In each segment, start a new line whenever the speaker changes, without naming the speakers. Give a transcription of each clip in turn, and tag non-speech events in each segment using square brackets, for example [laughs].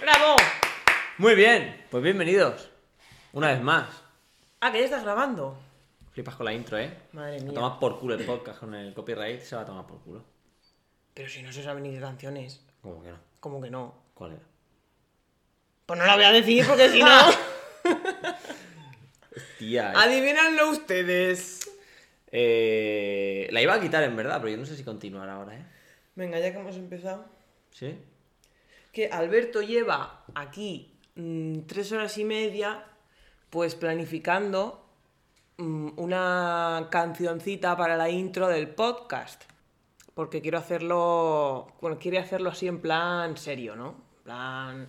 grabó.
Muy bien, pues bienvenidos. Una vez más.
Ah, que ya estás grabando.
Flipas con la intro, ¿eh?
Madre
A
mía.
tomar por culo el podcast con el copyright, se va a tomar por culo.
Pero si no se saben ni de canciones,
¿Cómo que no?
como que no.
¿Cuál era?
Pues no la voy a decir porque si no.
Tía, es-
Adivinanlo ustedes.
eh, la iba a quitar en verdad, pero yo no sé si continuar ahora, ¿eh?
Venga, ya que hemos empezado.
¿Sí?
Que Alberto lleva aquí mm, tres horas y media, pues planificando mm, una cancioncita para la intro del podcast. Porque quiero hacerlo. Bueno, quiere hacerlo así en plan serio, ¿no? En plan.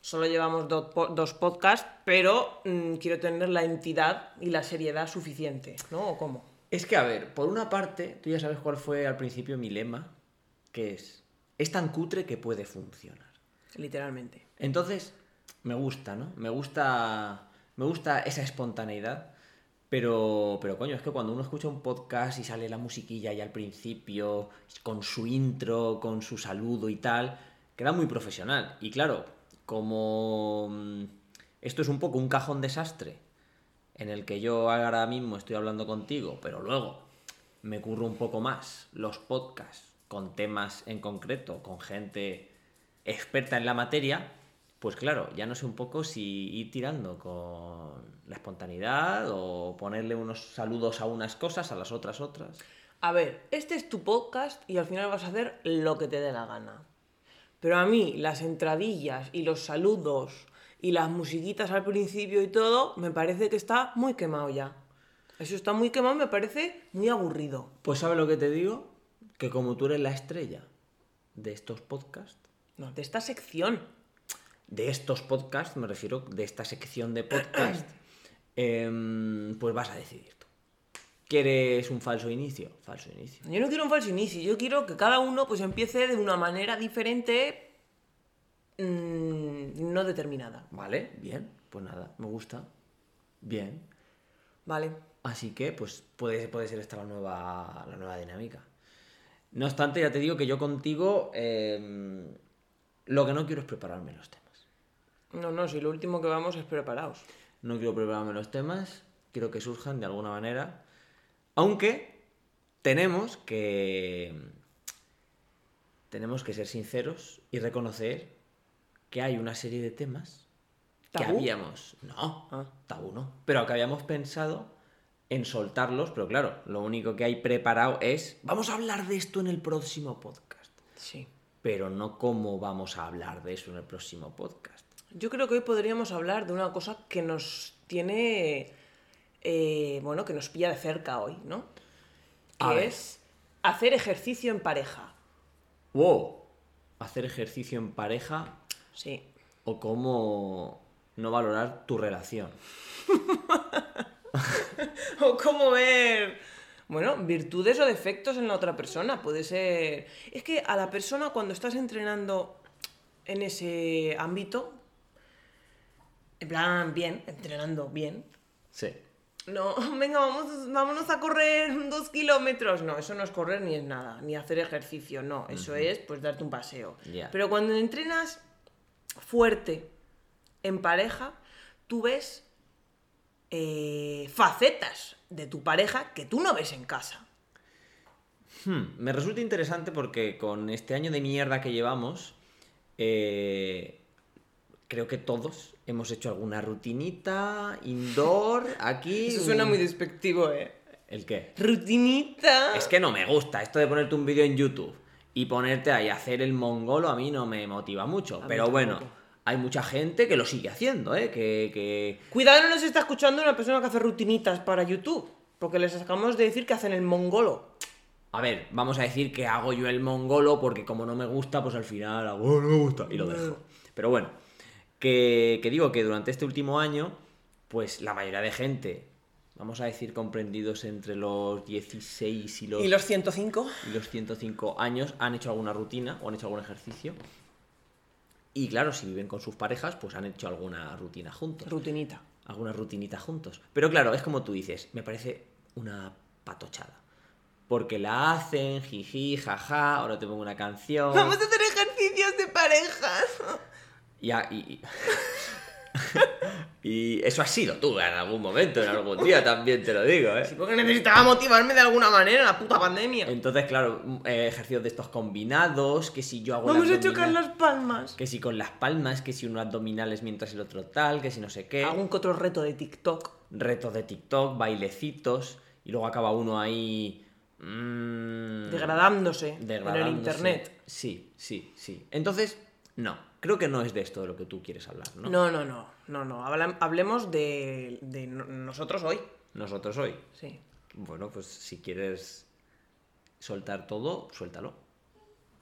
Solo llevamos do- po- dos podcasts, pero mm, quiero tener la entidad y la seriedad suficiente, ¿no? ¿O cómo?
Es que, a ver, por una parte, tú ya sabes cuál fue al principio mi lema, que es, es tan cutre que puede funcionar.
Literalmente.
Entonces, me gusta, ¿no? Me gusta, me gusta esa espontaneidad. Pero, pero coño, es que cuando uno escucha un podcast y sale la musiquilla y al principio, con su intro, con su saludo y tal, queda muy profesional. Y claro, como mm, esto es un poco un cajón desastre, en el que yo ahora mismo estoy hablando contigo, pero luego me curro un poco más los podcasts con temas en concreto, con gente experta en la materia, pues claro, ya no sé un poco si ir tirando con la espontaneidad o ponerle unos saludos a unas cosas, a las otras otras.
A ver, este es tu podcast y al final vas a hacer lo que te dé la gana. Pero a mí las entradillas y los saludos y las musiquitas al principio y todo, me parece que está muy quemado ya. Eso está muy quemado, me parece muy aburrido.
Pues ¿sabes lo que te digo? Que como tú eres la estrella de estos podcasts,
No, de esta sección.
de estos podcasts, me refiero de esta sección de podcast, em, pues vas a decidir tú. ¿Quieres un falso inicio? Falso inicio.
Yo no quiero un falso inicio, yo quiero que cada uno pues empiece de una manera diferente, mm, no determinada.
Vale, bien, pues nada, me gusta. Bien.
Vale.
Así que, pues, puede, puede ser esta la nueva, la nueva dinámica. No obstante, ya te digo que yo contigo em, lo que no quiero es prepararme los temas.
No, no, si lo último que vamos es preparados.
No quiero prepararme los temas, quiero que surjan de alguna manera. Aunque tenemos que. Tenemos que ser sinceros y reconocer que hay una serie de temas que
¿Tabú?
habíamos. No,
Ah.
tabú no. Pero que habíamos pensado en soltarlos, pero claro, lo único que hay preparado es. Vamos a hablar de esto en el próximo podcast.
Sí.
Pero no cómo vamos a hablar de eso en el próximo podcast.
Yo creo que hoy podríamos hablar de una cosa que nos tiene, eh, bueno, que nos pilla de cerca hoy, ¿no? Que
A ver.
es hacer ejercicio en pareja.
¡Wow! Hacer ejercicio en pareja
Sí.
o cómo no valorar tu relación.
[laughs] O cómo ver, bueno, virtudes o defectos en la otra persona. Puede ser... Es que a la persona cuando estás entrenando en ese ámbito, en plan, bien, entrenando bien,
Sí.
No, [laughs] venga, vamos, vámonos a correr dos kilómetros. No, eso no es correr ni es nada, ni hacer ejercicio, no. Eso es, pues, darte un paseo.
Ya.
Pero cuando entrenas fuerte en pareja, tú ves eh, facetas de tu pareja que tú no ves en casa.
Hmm, me resulta interesante porque con este año de mierda que llevamos, eh, creo que todos hemos hecho alguna rutinita, indoor, aquí...
Eso suena
un-
muy despectivo, ¿eh?
¿El qué?
Rutinita.
Es que no me gusta esto de ponerte un vídeo en YouTube y ponerte ahí a hacer el mongolo a mí no me motiva mucho.
mí
Pero bueno,
tampoco.
hay mucha gente que lo sigue haciendo, ¿eh? Que, que...
Cuidado, no nos está escuchando una persona que hace rutinitas para YouTube, porque les acabamos de decir que hacen el mongolo.
A ver, vamos a decir que hago yo el mongolo porque como no me gusta, pues al final hago, "Oh, no me gusta y lo dejo. Pero bueno, que, que digo que durante este último año, pues la mayoría de gente, vamos a decir comprendidos entre los 16 y los,
¿Y los 105?
y los 105 años, han hecho alguna rutina o han hecho algún ejercicio. Y claro, si viven con sus parejas, pues han hecho alguna rutina juntos
Rutinita.
alguna rutinita juntos. Pero claro, es como tú dices, me parece una patochada. Porque la hacen, jiji, jaja, ahora te pongo una canción.
Vamos a hacer ejercicios de parejas.
Y, a- y- [laughs] y- y eso has sido tú en algún momento, en algún día también te lo digo, ¿eh?
Sí, porque necesitaba motivarme de alguna manera la puta pandemia.
Entonces, claro, mm, eh, ejercicios de estos combinados, que si yo hago
Vamos
las
a chocar
domina-
las palmas.
Que si con las palmas, que si unos abdominales mientras el otro tal, que si no sé qué.
Algún que otro reto de TikTok.
Retos de TikTok, bailecitos, y luego acaba uno ahí... mm,
Degradándose, en
degradándose.
el internet.
Sí, sí, sí. Entonces, no, creo que no es de esto de lo que tú quieres hablar, ¿no?
No, no, no, no, no. Habla- hablemos de, de no- nosotros hoy.
Nosotros hoy.
Sí.
Bueno, pues si quieres soltar todo, suéltalo.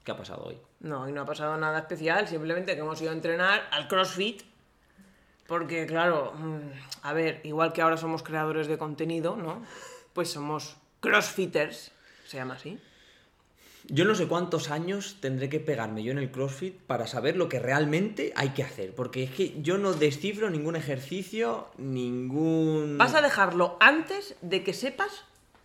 ¿Qué ha pasado hoy?
No, hoy no ha pasado nada especial, simplemente que hemos ido a entrenar al CrossFit. Porque, claro, mm, a ver, igual que ahora somos creadores de contenido, ¿no? Pues somos CrossFitters, se llama así.
Yo no sé cuántos años tendré que pegarme yo en el CrossFit para saber lo que realmente hay que hacer, porque es que yo no descifro ningún ejercicio, ningún...
Vas a dejarlo antes de que sepas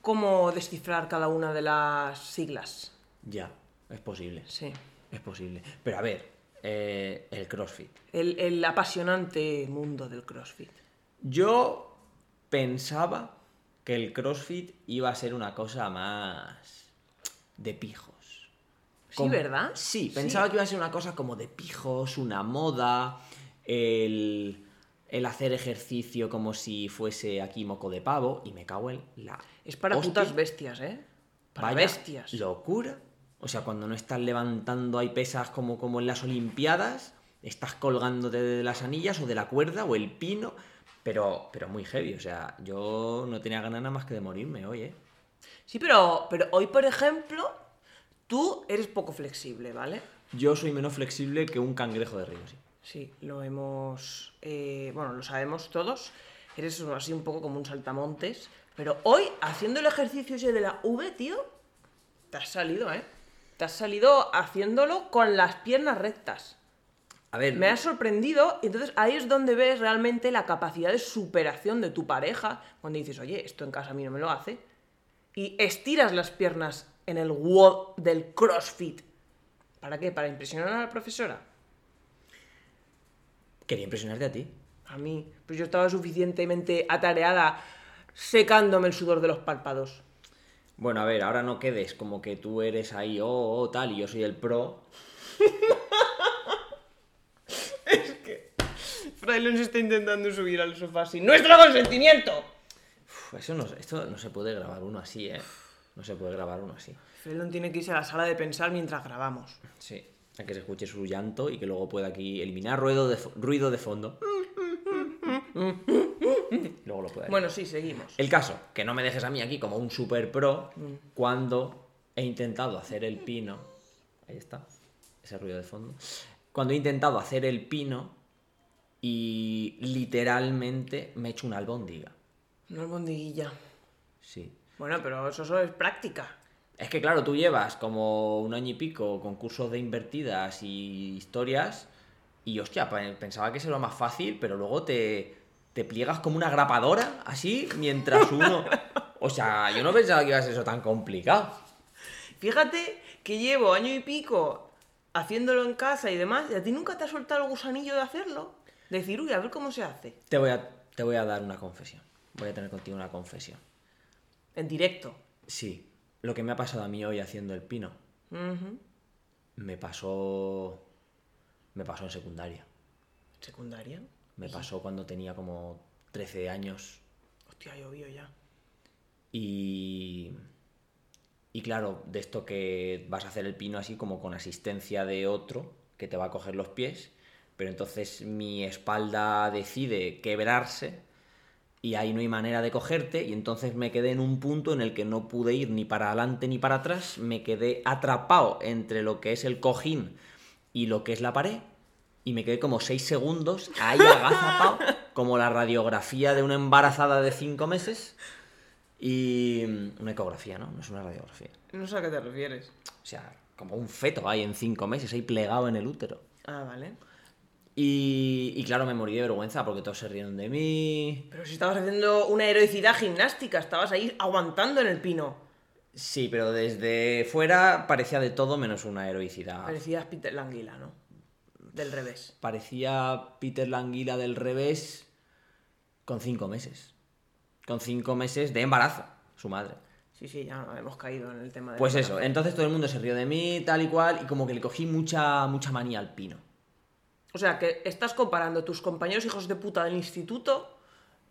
cómo descifrar cada una de las siglas.
Ya, es posible,
Sí.
es posible. Pero a ver, eh, el CrossFit.
El, el apasionante mundo del CrossFit.
Yo pensaba que el CrossFit iba a ser una cosa más de pijos.
Sí,
Como-
¿verdad?
Sí, pensaba que iba a ser una cosa como de pijos, una moda, el, el hacer ejercicio como si fuese aquí moco de pavo y me cago en la...
Es para
hostia.
putas bestias, ¿eh? Para
Vaya
bestias.
Locura. O sea, cuando no estás levantando ahí pesas como, como en las Olimpiadas, estás colgándote de las anillas o de la cuerda o el pino, pero, pero muy heavy. O sea, yo no tenía ganas nada más que de morirme hoy, ¿eh?
Sí, pero, pero hoy, por ejemplo, tú eres poco flexible, ¿vale?
Yo soy menos flexible que un cangrejo de río, sí.
Sí, lo hemos. eh, bueno, lo sabemos todos. Eres un- así un poco como un saltamontes. Pero hoy, haciendo el ejercicio ese de la V, tío, te has salido, ¿eh? Te has salido haciéndolo con las piernas rectas.
A ver,
Me ha sorprendido. Y entonces ahí es donde ves realmente la capacidad de superación de tu pareja. Cuando dices, oye, esto en casa a mí no me lo hace. Y estiras las piernas en el WOD del CrossFit. ¿Para qué? ¿Para impresionar a la profesora?
quería impresionarte a ti.
A mí. Pues yo estaba suficientemente atareada secándome el sudor de los párpados.
Bueno, a ver, ahora no quedes como que tú eres ahí, oh, oh, tal, y yo soy el pro.
Frailon se está intentando subir al sofá sin nuestro consentimiento.
Uf, eso no, esto no se puede grabar uno así, ¿eh? No se puede grabar uno así.
Frailon tiene que irse a la sala de pensar mientras grabamos.
Sí, a que se escuche su llanto y que luego pueda aquí eliminar ruido de, fo- ruido de fondo. luego lo pueda. eliminar.
Bueno, sí, seguimos.
El caso, que no me dejes a mí aquí como un super pro cuando he intentado hacer el pino. Ahí está, ese ruido de fondo. Cuando he intentado hacer el pino y literalmente me he hecho una albóndiga.
No es bondiguilla.
Sí.
Bueno, pero eso solo es práctica.
Es que claro, tú llevas como un año y pico con cursos de invertidas y historias y hostia, pe- pensaba que sería más fácil, pero luego te, te pliegas como una grapadora así mientras uno... O sea, yo no pensaba que iba a ser eso tan complicado.
Fíjate que llevo año y pico haciéndolo en casa y demás, y a ti nunca te ha soltado el gusanillo de hacerlo. Decir, uy, a ver cómo se hace.
Te voy a, te voy a dar una confesión. Voy a tener contigo una confesión.
En directo.
Sí, lo que me ha pasado a mí hoy haciendo el pino
Ujú.
me pasó... Me pasó en secundaria.
Secundaria.
Me pasó cuando tenía como 13 años.
Hostia, llovió ya.
Y. Y claro, de esto que vas a hacer el pino así como con asistencia de otro que te va a coger los pies, pero entonces mi espalda decide quebrarse y ahí no hay manera de cogerte y entonces me quedé en un punto en el que no pude ir ni para adelante ni para atrás, me quedé atrapado entre lo que es el cojín y lo que es la pared y me quedé como 6 segundos ahí agazapado como la radiografía de una embarazada de 5 meses y mm, una ecografía, ¿no? No es una radiografía.
No sé a qué te refieres.
O sea, como un feto ahí en 5 meses, ahí plegado en el útero.
Ah, vale.
Y, y claro, me morí de vergüenza porque todos se rieron de mí,
Pero si estabas haciendo una heroicidad gimnástica, estabas ahí aguantando en el pino.
Sí, pero desde fuera parecía de todo menos una heroicidad.
Parecías Peter Languila, ¿no? del revés.
Parecía Peter Languila del revés con cinco meses. Con cinco meses de embarazo, su madre.
Sí, sí, ya hemos caído en el tema de...
Pues eso, entonces todo el mundo se rió de mí, tal y cual, y como que le cogí mucha, mucha manía al pino.
O sea, que estás comparando tus compañeros hijos de puta del instituto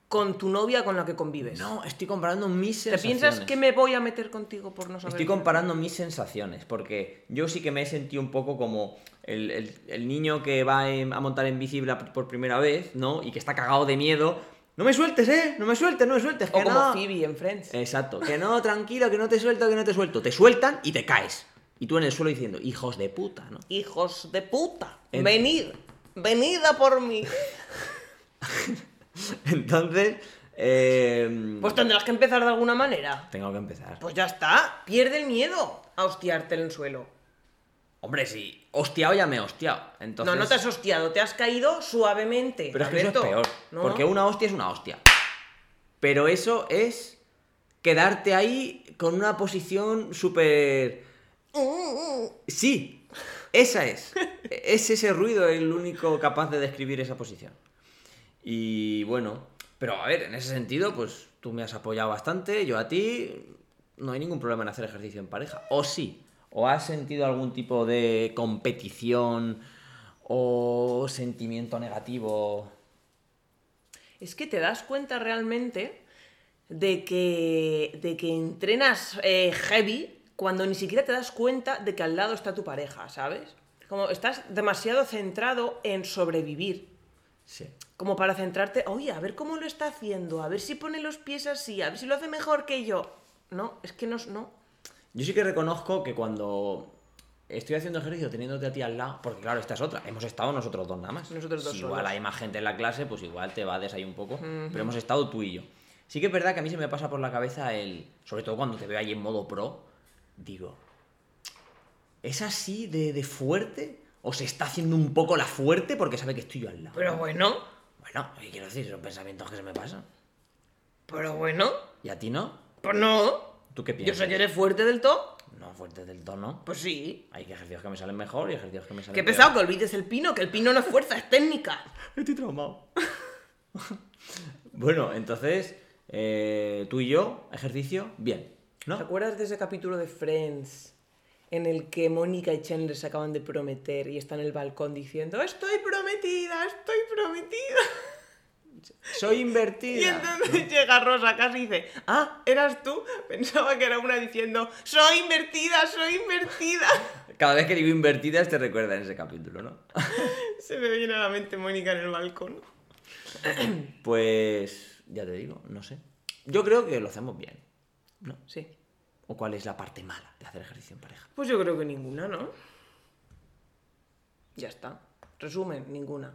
con tu novia con la que convives.
No, estoy comparando mis
¿Te
sensaciones.
piensas que me voy a meter contigo por no saber?
Estoy comparando mis sensaciones, porque yo sí que me he sentido un poco como el, el- el niño que va en- a montar en bici la- por primera vez, ¿no? Y que está cagado de miedo. No me sueltes, ¿eh? No me sueltes, no me sueltes.
O
Que
como
no.
Phoebe en Friends.
Exacto. Que no, tranquilo, que no te suelto, que no te suelto. Te sueltan y te caes. Y tú en el suelo diciendo, hijos de puta, ¿no? [laughs]
Hijos de puta,
En-
venid, venid a por
[laughs]
mí.
Entonces, eh,
Pues tendrás que empezar de alguna manera.
tengo que empezar.
Pues ya está, pierde el miedo a hostiarte en el suelo.
Hombre, sí. Hostiao ya me he hostiao. Entonces...
No, no te has hostiado, te has caído suavemente.
Pero es que eso es
Alberto.
peor.
No,
Porque
no.
una hostia es una hostia. Pero eso es quedarte ahí con una posición súper. Sí, esa es. Es ese ruido el único capaz de describir esa posición. Y bueno, pero a ver, en ese sentido, pues tú me has apoyado bastante, yo a ti. No hay ningún problema en hacer ejercicio en pareja. O sí, o has sentido algún tipo de competición o sentimiento negativo.
Es que te das cuenta realmente de que, de que entrenas eh, heavy cuando ni siquiera te das cuenta de que al lado está tu pareja, ¿sabes? Como estás demasiado centrado en sobrevivir.
Sí.
Como para centrarte, oye, a ver cómo lo está haciendo, a ver si pone los pies así, a ver si lo hace mejor que yo. No, es que no, no.
Yo sí que reconozco que cuando estoy haciendo ejercicio teniéndote a ti al lado, porque claro, esta es otra, hemos estado nosotros dos nada más.
Nosotros dos
Si igual
solos.
hay más gente en la clase, pues igual te vades ahí un poco, pero hemos estado tú y yo. Sí que es verdad que a mí se me pasa por la cabeza el, sobre todo cuando te veo ahí en modo pro, digo, ¿es así de, de fuerte? ¿O se está haciendo un poco la fuerte porque sabe que estoy yo al lado?
Pero bueno,
Bueno, ¿qué quiero decir? Son pensamientos que se me pasan.
pero bueno,
¿Y a ti no?
pues no.
¿Tú qué
Yo
piensas?
sé que eres fuerte del todo.
No, fuerte del tono.
Pues sí.
Hay ejercicios que me salen mejor y ejercicios que me salen
Qué
peor.
pesado que olvides el pino, que el pino no es fuerza, es técnica.
Estoy traumado. [laughs] bueno, entonces, eh, tú y yo, ejercicio, bien.
¿Te
¿No?
acuerdas de ese capítulo de Friends en el que Mónica y Chandler se acaban de prometer y están en el balcón diciendo Estoy prometida, estoy prometida?
Soy
Y
invertida.
entonces llega Rosa casi y dice Ah, ¿eras tú? Pensaba que era una diciendo Soy invertida, soy invertida.
[laughs] Cada vez que digo invertidas te recuerdan ese capítulo, ¿no?
Se me viene a la mente Mónica en el balcón.
pues, ya te digo, no sé. Yo creo que lo hacemos bien, ¿no?
Sí.
¿O cuál es la parte mala de hacer ejercicio en pareja?
Pues yo creo que ninguna, ¿no? Ya está. Resumen, ninguna.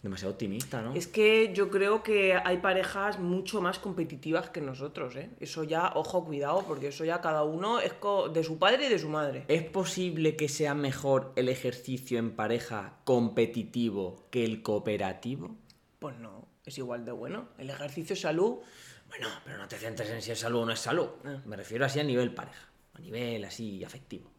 Demasiado optimista, ¿no?
Es que yo creo que hay parejas mucho más competitivas que nosotros, ¿eh? Eso ya, ojo, cuidado, porque eso ya cada uno es co- de su padre y de su madre.
¿Es posible que sea mejor el ejercicio en pareja competitivo que el cooperativo?
Pues no, es igual de bueno. El ejercicio es salud.
Bueno, pero no te centres en si es salud o no es salud.
Ah.
Me refiero así a nivel pareja, a nivel así afectivo.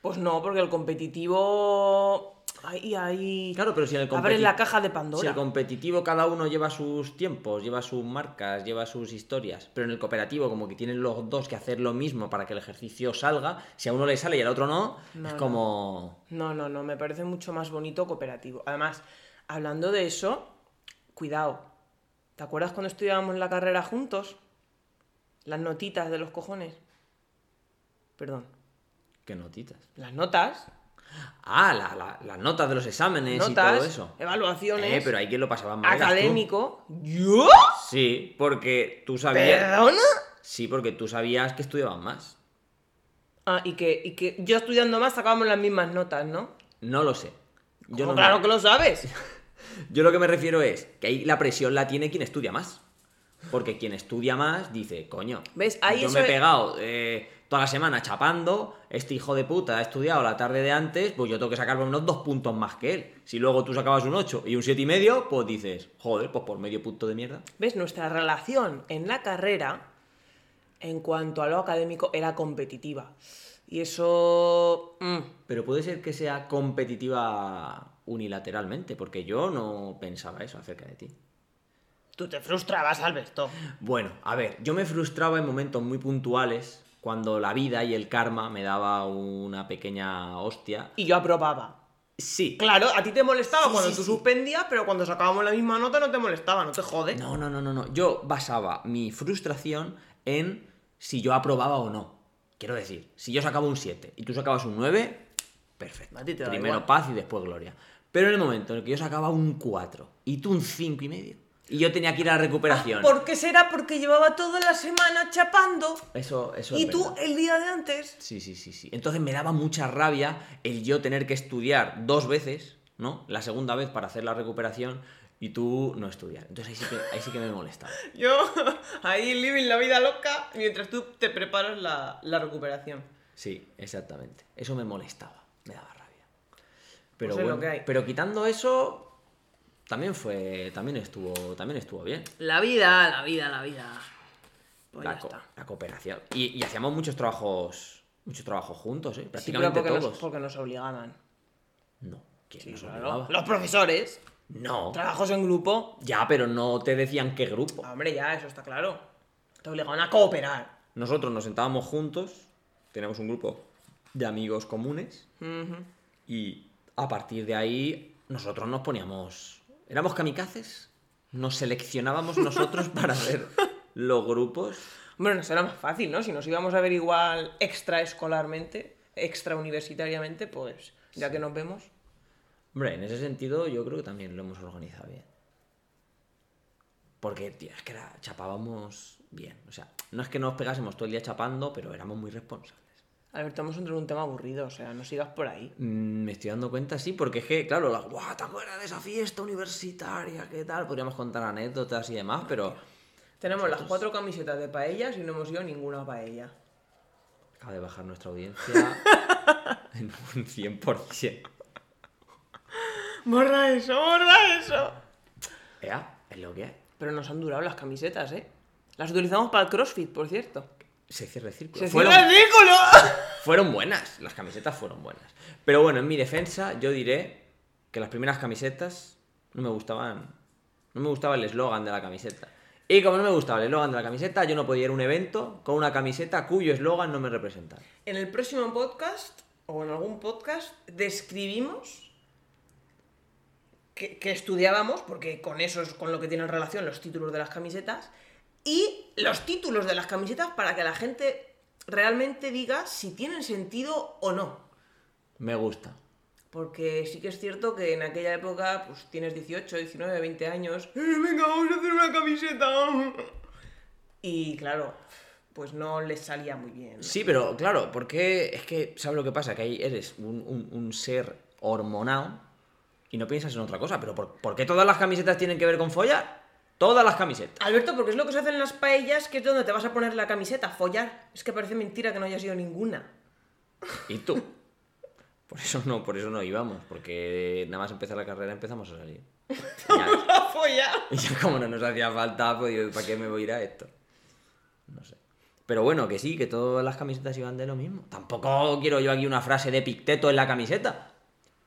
Pues no, porque el competitivo. Ahí, ahí.
Claro, pero si en el
Abres
competi-
la caja de
Si
Pandora.
el competitivo cada uno lleva sus tiempos, lleva sus marcas, lleva sus historias, pero en el cooperativo como que tienen los dos que hacer lo mismo para que el ejercicio salga, si a uno le sale y al otro no,
No,
es
no.
como...
No, no, no, me parece mucho más bonito cooperativo. Además, hablando de eso, cuidado. ¿Te acuerdas cuando estudiábamos la carrera juntos? Las notitas de los cojones. Perdón.
¿Qué notitas?
Las notas.
Ah, la- la- las notas de los exámenes y todo
notas,
eso.
evaluaciones,
Eh, pero hay quien lo pasaba mal. eras tú.
académico. ¿Yo?
Sí, porque tú sabías...
¿Perdona?
Sí, porque tú sabías que estudiaban más.
Ah, y que, y que yo estudiando más sacábamos las mismas notas, ¿no?
No lo sé. Yo
Como
no
claro que lo sabes.
Yo lo que me refiero es que ahí la presión la tiene quien estudia más. Porque quien estudia más dice, coño,
¿Ves? Ahí
yo
eso
me he
es-
pegado eh, toda la semana chapando, este hijo de puta ha estudiado la tarde de antes, pues yo tengo que sacar por lo menos dos puntos más que él. Si luego tú sacabas un 8 y un 7 y medio, pues dices, joder, pues por medio punto de mierda.
¿Ves? Nuestra relación en la carrera, en cuanto a lo académico, era competitiva. Y eso... mm,
Pero puede ser que sea competitiva unilateralmente, porque yo no pensaba eso acerca de ti.
Tú te frustrabas, Alberto.
Bueno, a ver, yo me frustraba en momentos muy puntuales, cuando la vida y el karma me daba una pequeña hostia.
Y yo aprobaba.
Sí.
Claro, a ti te molestaba
Sí,
cuando
sí,
tú
sí.
suspendías, pero cuando sacábamos la misma nota no te molestaba, no te jode.
No, no, no, no, no. Yo basaba mi frustración en si yo aprobaba o no. Quiero decir, si yo sacaba un 7 y tú sacabas un 9, perfecto.
A ti te da
Primero
igual.
paz y después gloria. Pero en el momento en el que yo sacaba un 4 y tú un 5 y medio y yo tenía que ir a la recuperación.
Ah, ¿Por qué será? Porque llevaba toda la semana chapando.
Eso, eso es
Y tú
verdad.
el día de antes.
Sí, sí, sí, sí. Entonces me daba mucha rabia el yo tener que estudiar dos veces, ¿no? La segunda vez para hacer la recuperación y tú no estudiar. Entonces ahí sí que, ahí sí que me molestaba.
Yo [laughs] ahí living la vida loca mientras tú te preparas la, la recuperación.
Sí, exactamente. Eso me molestaba, me daba rabia. Pero
Pues es lo
bueno,
que hay.
pero quitando eso también fue también estuvo también estuvo bien.
La vida, la vida, la vida. Pues
la,
ya
co-
está.
la cooperación y, y hacíamos muchos trabajos muchos trabajos juntos, ¿eh?
Sí, pero
prácticamente
porque nos,
todos.
porque nos obligaban.
No, ¿quién nos
Claro.
obligaba?
Los profesores,
No.
trabajos en grupo.
Ya, pero no te decían qué grupo.
Hombre, ya, eso está claro. Te obligaban a cooperar.
Nosotros nos sentábamos juntos, teníamos un grupo de amigos comunes
Ujú.
y a partir de ahí nosotros nos poníamos... Éramos kamikazes, nos seleccionábamos nosotros para ver los grupos.
Hombre, nos era más fácil, ¿no? Si nos íbamos a ver igual extraescolarmente, extrauniversitariamente, pues ya que nos vemos.
Hombre, en ese sentido yo creo que también lo hemos organizado bien. Porque, tío, es que era- chapábamos bien. O sea, no es que nos pegásemos todo el día chapando, pero éramos muy responsables.
Alberto, hemos entrado en un tema aburrido, o sea, no sigas por ahí.
Mm, Me estoy dando cuenta, sí, porque es que, claro, la, guau, ¿te acuerdas de esa fiesta universitaria? ¿Qué tal? Podríamos contar anécdotas y demás, pero
Tenemos las cuatro camisetas de paellas y no hemos ido a ninguna paella.
acaba de bajar
[laughs]
nuestra audiencia en un 100%.
¡Borra eso, borra eso!
¿Ea? ¿Es lo que es?
Pero nos han durado las camisetas, ¿eh? Las utilizamos para el CrossFit, por cierto.
Se cierra el círculo.
¡Se
fueron,
cierra el círculo!
fueron buenas, las camisetas fueron buenas. Pero bueno, en mi defensa, yo diré que las primeras camisetas no me gustaban. No me gustaba el eslogan de la camiseta. Y como no me gustaba el eslogan de la camiseta, yo no podía ir a un evento con una camiseta cuyo eslogan no me representaba.
[laughs] En el próximo podcast, o en algún podcast, describimos que, que estudiábamos, porque con eso es con lo que tienen relación los títulos de las camisetas, y los títulos de las camisetas para que la gente realmente diga si tienen sentido o no.
Me gusta.
Porque sí que es cierto que en aquella época, pues tienes 18, 19, 20 años. "Eh, venga, vamos a hacer una camiseta! Y claro, pues no les salía muy bien.
Sí, pero claro, porque es que, ¿sabes lo que pasa? Que ahí eres un, un- un ser hormonado y no piensas en otra cosa. Pero ¿por, por qué todas las camisetas tienen que ver con follar? Todas las camisetas.
Alberto, porque es lo que se hace en las paellas, que es donde te vas a poner la camiseta, follar. Es que parece mentira que no haya sido ninguna.
¿Y tú? Por eso no, por eso no íbamos, porque nada más empezar la carrera empezamos
[laughs]
a salir. Ya,
[laughs] ¡A follar!
y ya como no nos hacía falta, pues yo, ¿para qué me voy a ir a esto? No sé. Pero bueno, que sí, que todas las camisetas iban de lo mismo. Tampoco quiero yo aquí una frase de Picteto en la camiseta.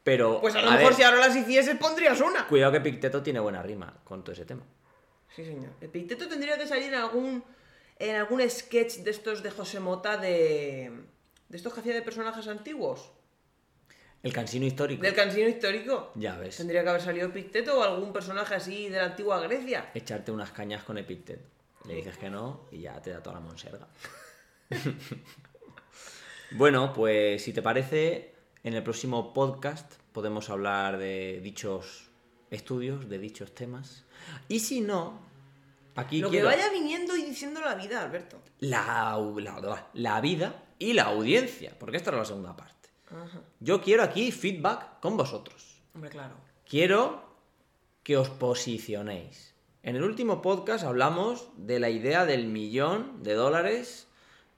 Pero.
Pues a lo
a
mejor
ver,
si ahora las hicieses pondrías una.
Cuidado que Picteto tiene buena rima con todo ese tema.
Sí, señor. El Epicteto tendría que salir en algún, en algún sketch de estos de José Mota de... De estos que hacía de personajes antiguos.
El cansino histórico.
Del cansino histórico.
Ya ves.
Tendría que haber salido Picteto o algún personaje así de la antigua Grecia.
Echarte unas cañas con Epicteto. Le dices que no y ya te da toda la monserga. [laughs] bueno, pues si te parece, en el próximo podcast podemos hablar de dichos estudios, de dichos temas. Y si no, aquí
Lo
quiero
que vaya viniendo y diciendo la vida, Alberto.
La, au- la- la vida y la audiencia, porque esta era la segunda parte.
Ajá.
Yo quiero aquí feedback con vosotros.
Hombre, claro.
quiero que os posicionéis. En el último podcast hablamos de la idea del millón de dólares,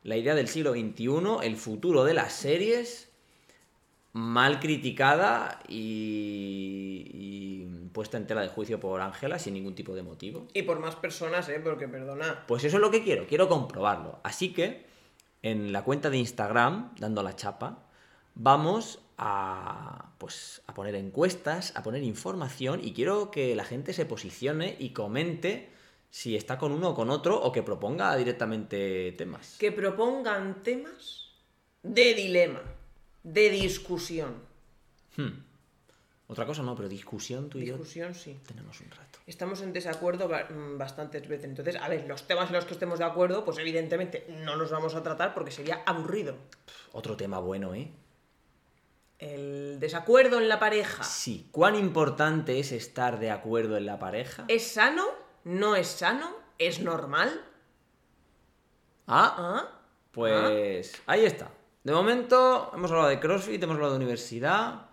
la idea del siglo XXI, el futuro de las series, mal criticada y, y puesta en tela de juicio por Ángela sin ningún tipo de motivo.
Y por más personas, ¿eh? Porque perdona.
Pues eso es lo que quiero, quiero comprobarlo. Así que en la cuenta de Instagram, dando la chapa, vamos a, pues, a poner encuestas, a poner información y quiero que la gente se posicione y comente si está con uno o con otro o que proponga directamente temas.
Que propongan temas de dilema, de discusión.
Hmm. Otra cosa no, pero discusión tú y yo
Discusión, sí.
tenemos un rato.
Estamos en desacuerdo ba- mm, bastantes veces. Entonces, a ver, los temas en los que estemos de acuerdo, pues evidentemente no los vamos a tratar porque sería aburrido.
Otro tema bueno, ¿eh?
El desacuerdo en la pareja.
Sí, ¿cuán importante es estar de acuerdo en la pareja?
¿Es sano? ¿No es sano? ¿Es normal?
Ah,
¿Ah?
pues ahí está. De momento hemos hablado de CrossFit, hemos hablado de universidad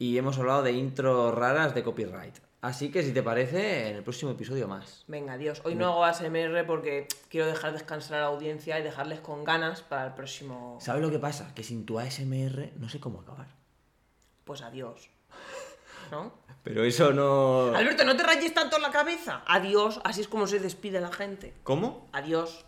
y hemos hablado de intros raras de copyright. Así que si te parece, en el próximo episodio más.
Venga, Dios, hoy no hago ASMR porque quiero dejar descansar a la audiencia y dejarles con ganas para el próximo...
¿Sabes lo que pasa? Que sin tu ASMR no sé cómo acabar.
Pues adiós. [laughs] ¿No?
Pero eso no...
Alberto, no te rayes tanto la cabeza. Adiós, así es como se despide la gente.
¿Cómo?
Adiós.